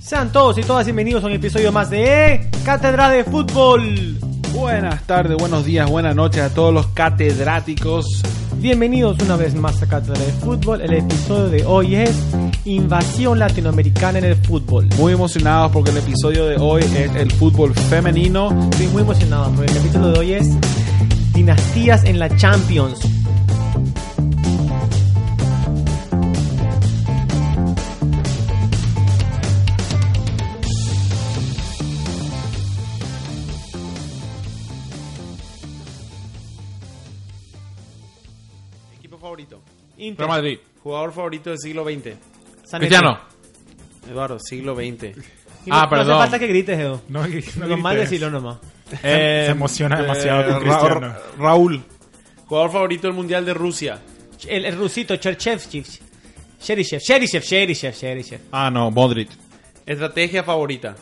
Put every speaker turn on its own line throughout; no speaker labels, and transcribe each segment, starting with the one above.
Sean todos y todas bienvenidos a un episodio más de Cátedra de Fútbol.
Buenas tardes, buenos días, buenas noches a todos los catedráticos.
Bienvenidos una vez más a Cátedra de Fútbol. El episodio de hoy es Invasión Latinoamericana en el Fútbol.
Muy emocionados porque el episodio de hoy es el fútbol femenino.
Estoy muy emocionado porque el capítulo de hoy es Dinastías en la Champions.
Equipo favorito.
Inter,
Real Madrid.
Jugador favorito del siglo XX.
San
Cristiano.
Eduardo, siglo XX.
Etienne. Y no-
Ah,
No
perdón.
hace falta que grites, Edo.
No,
Lo más decirlo nomás.
Eh,
se emociona demasiado con
Eh, Ra-
Cristiano.
Ra- Raúl.
Jugador favorito del Mundial de Rusia.
El, el rusito Cherchev. Sherishev, Sherishev, Sherishev, Sherishev.
Ah, no, Modric.
Estrategia favorita.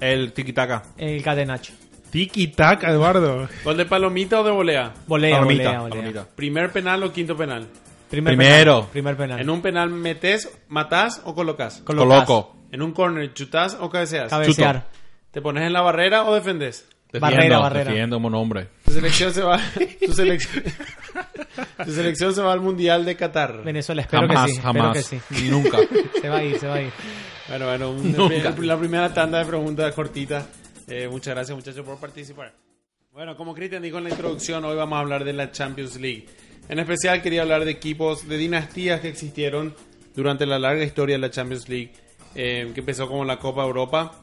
El tiquitaca.
El cadenacho.
Tiki tac, Eduardo.
Gol de palomita o de volea.
Volea,
Palomita,
volea, volea.
palomita.
Primer penal o quinto penal.
Primer
Primero.
penal, primer penal.
En un penal metes, matás o colocas.
Colocas.
Coloco.
En un corner chutás o cabeceas.
Cabecear.
Chuto.
Te pones en la barrera o defendes.
Barrera, barrera.
Defiendo como nombre.
Tu selección se va. Tu selección, tu selección se va al Mundial de Qatar.
Venezuela, espero
Jamás,
que sí. Espero que
jamás.
sí.
Nunca.
Se va a ir, se va a ir.
Bueno, bueno, un-
Nunca.
la primera tanda de preguntas cortita. Eh, muchas gracias muchachos por participar. Bueno, como Cristian dijo en la introducción, hoy vamos a hablar de la Champions League. En especial quería hablar de equipos, de dinastías que existieron durante la larga historia de la Champions League, eh, que empezó como la Copa Europa.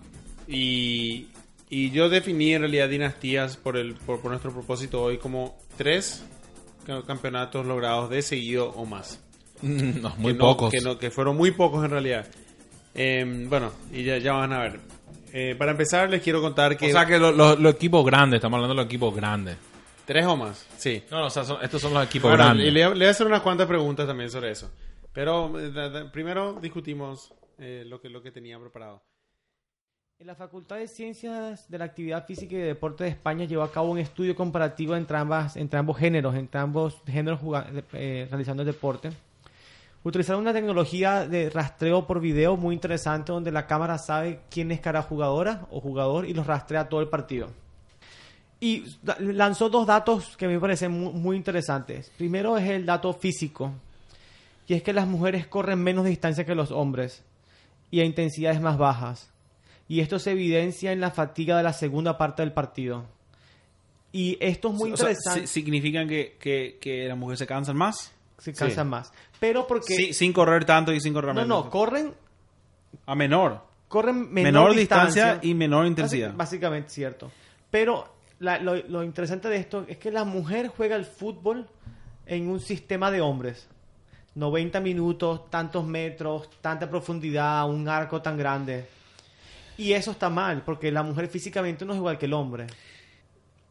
Y, y yo definí en realidad dinastías por, el, por, por nuestro propósito hoy como tres ca- campeonatos logrados de seguido o más
No, muy
que no-
pocos.
que, no- que fueron muy pocos en realidad. Eh, bueno, y ya, ya van a ver. Eh, para empezar, les quiero contar que.
O sea que lo- lo- los equipos grandes, estamos hablando de los equipos grandes.
tres o más, sí.
No, no, o sea, son- estos son los equipos
Bueno, y
grandes.
le, le voy a hacer unas cuantas preguntas también sobre eso. Pero eh, da- da- primero discutimos eh, lo, que, lo que tenía preparado.
En la Facultad de Ciencias de la Actividad Física y de Deporte de España llevó a cabo un estudio comparativo entre, ambas, entre ambos géneros, entre ambos géneros juga- de- eh, realizando el deporte. Utilizaron una tecnología de rastreo por video muy interesante donde la cámara sabe quién es cada jugadora o jugador y los rastrea todo el partido. Y da- lanzó dos datos que a mí me parecen mu- muy, interesantes. Primero es el dato físico, y es que las mujeres corren menos distancia que los hombres y a intensidades más bajas. Y esto se evidencia en la fatiga de la segunda parte del partido. Y esto es muy
O sea,
interesante.
si- ¿Significan que, que, que las mujeres se cansan más?
se cansan
Sí.
más. Pero porque...
Sí, sin correr tanto y sin correr
no,
menos.
no, corren,
A menor.
corren menor,
Menor, distancia, y menor
Básica-
intensidad.
Básicamente cierto. Pero la- lo, lo interesante de esto es que la mujer juega el fútbol en un sistema de hombres. 90 minutos, tantos metros, tanta profundidad, un arco tan grande. Y eso está mal, porque la mujer físicamente no es igual que el hombre.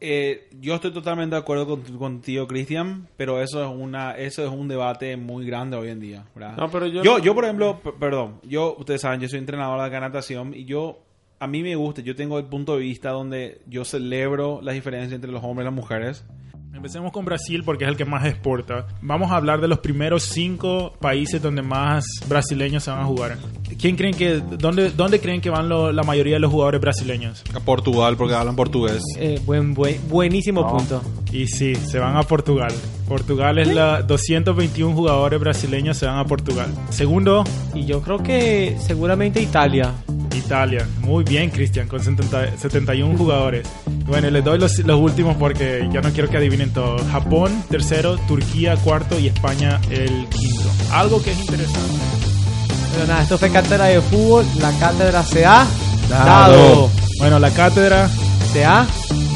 Eh, yo estoy totalmente de acuerdo con- contigo, Cristian, pero eso es una eso es un debate muy grande hoy en día, ¿verdad?
No, pero yo-
yo, por ejemplo, p- perdón, yo ustedes saben, yo soy entrenador de acá de natación y yo a mí me gusta, yo tengo el punto de vista donde yo celebro las diferencias entre los hombres y las mujeres.
Empecemos con Brasil porque es el que más exporta. Vamos a hablar de los primeros cinco países donde más brasileños se van a jugar. ¿Quién creen que, dónde, dónde creen que van lo- la mayoría de los jugadores brasileños?
A Portugal porque hablan portugués.
Eh, buen, buenísimo punto.
Y sí, se van a Portugal. Portugal es la 221 jugadores brasileños se van a Portugal. Segundo,
Y yo creo que seguramente Italia.
Italia. Muy bien, Cristian, con 70 71 jugadores. Bueno, les doy los, los últimos porque ya no quiero que adivinen todo. Japón, tercero, Turquía, cuarto y España, el quinto. Algo que es interesante.
Pero nada, esto fue Cátedra de Fútbol. La cátedra se ha
Dado. Bueno, la cátedra.
Se ha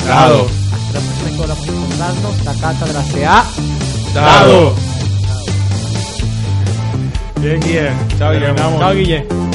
Dado.
Hasta pues, la próxima que volvamos a encontrarnos. La cátedra se ha
Dado. Bien, bien. Chao,
Guillermo.
Chao, Guille.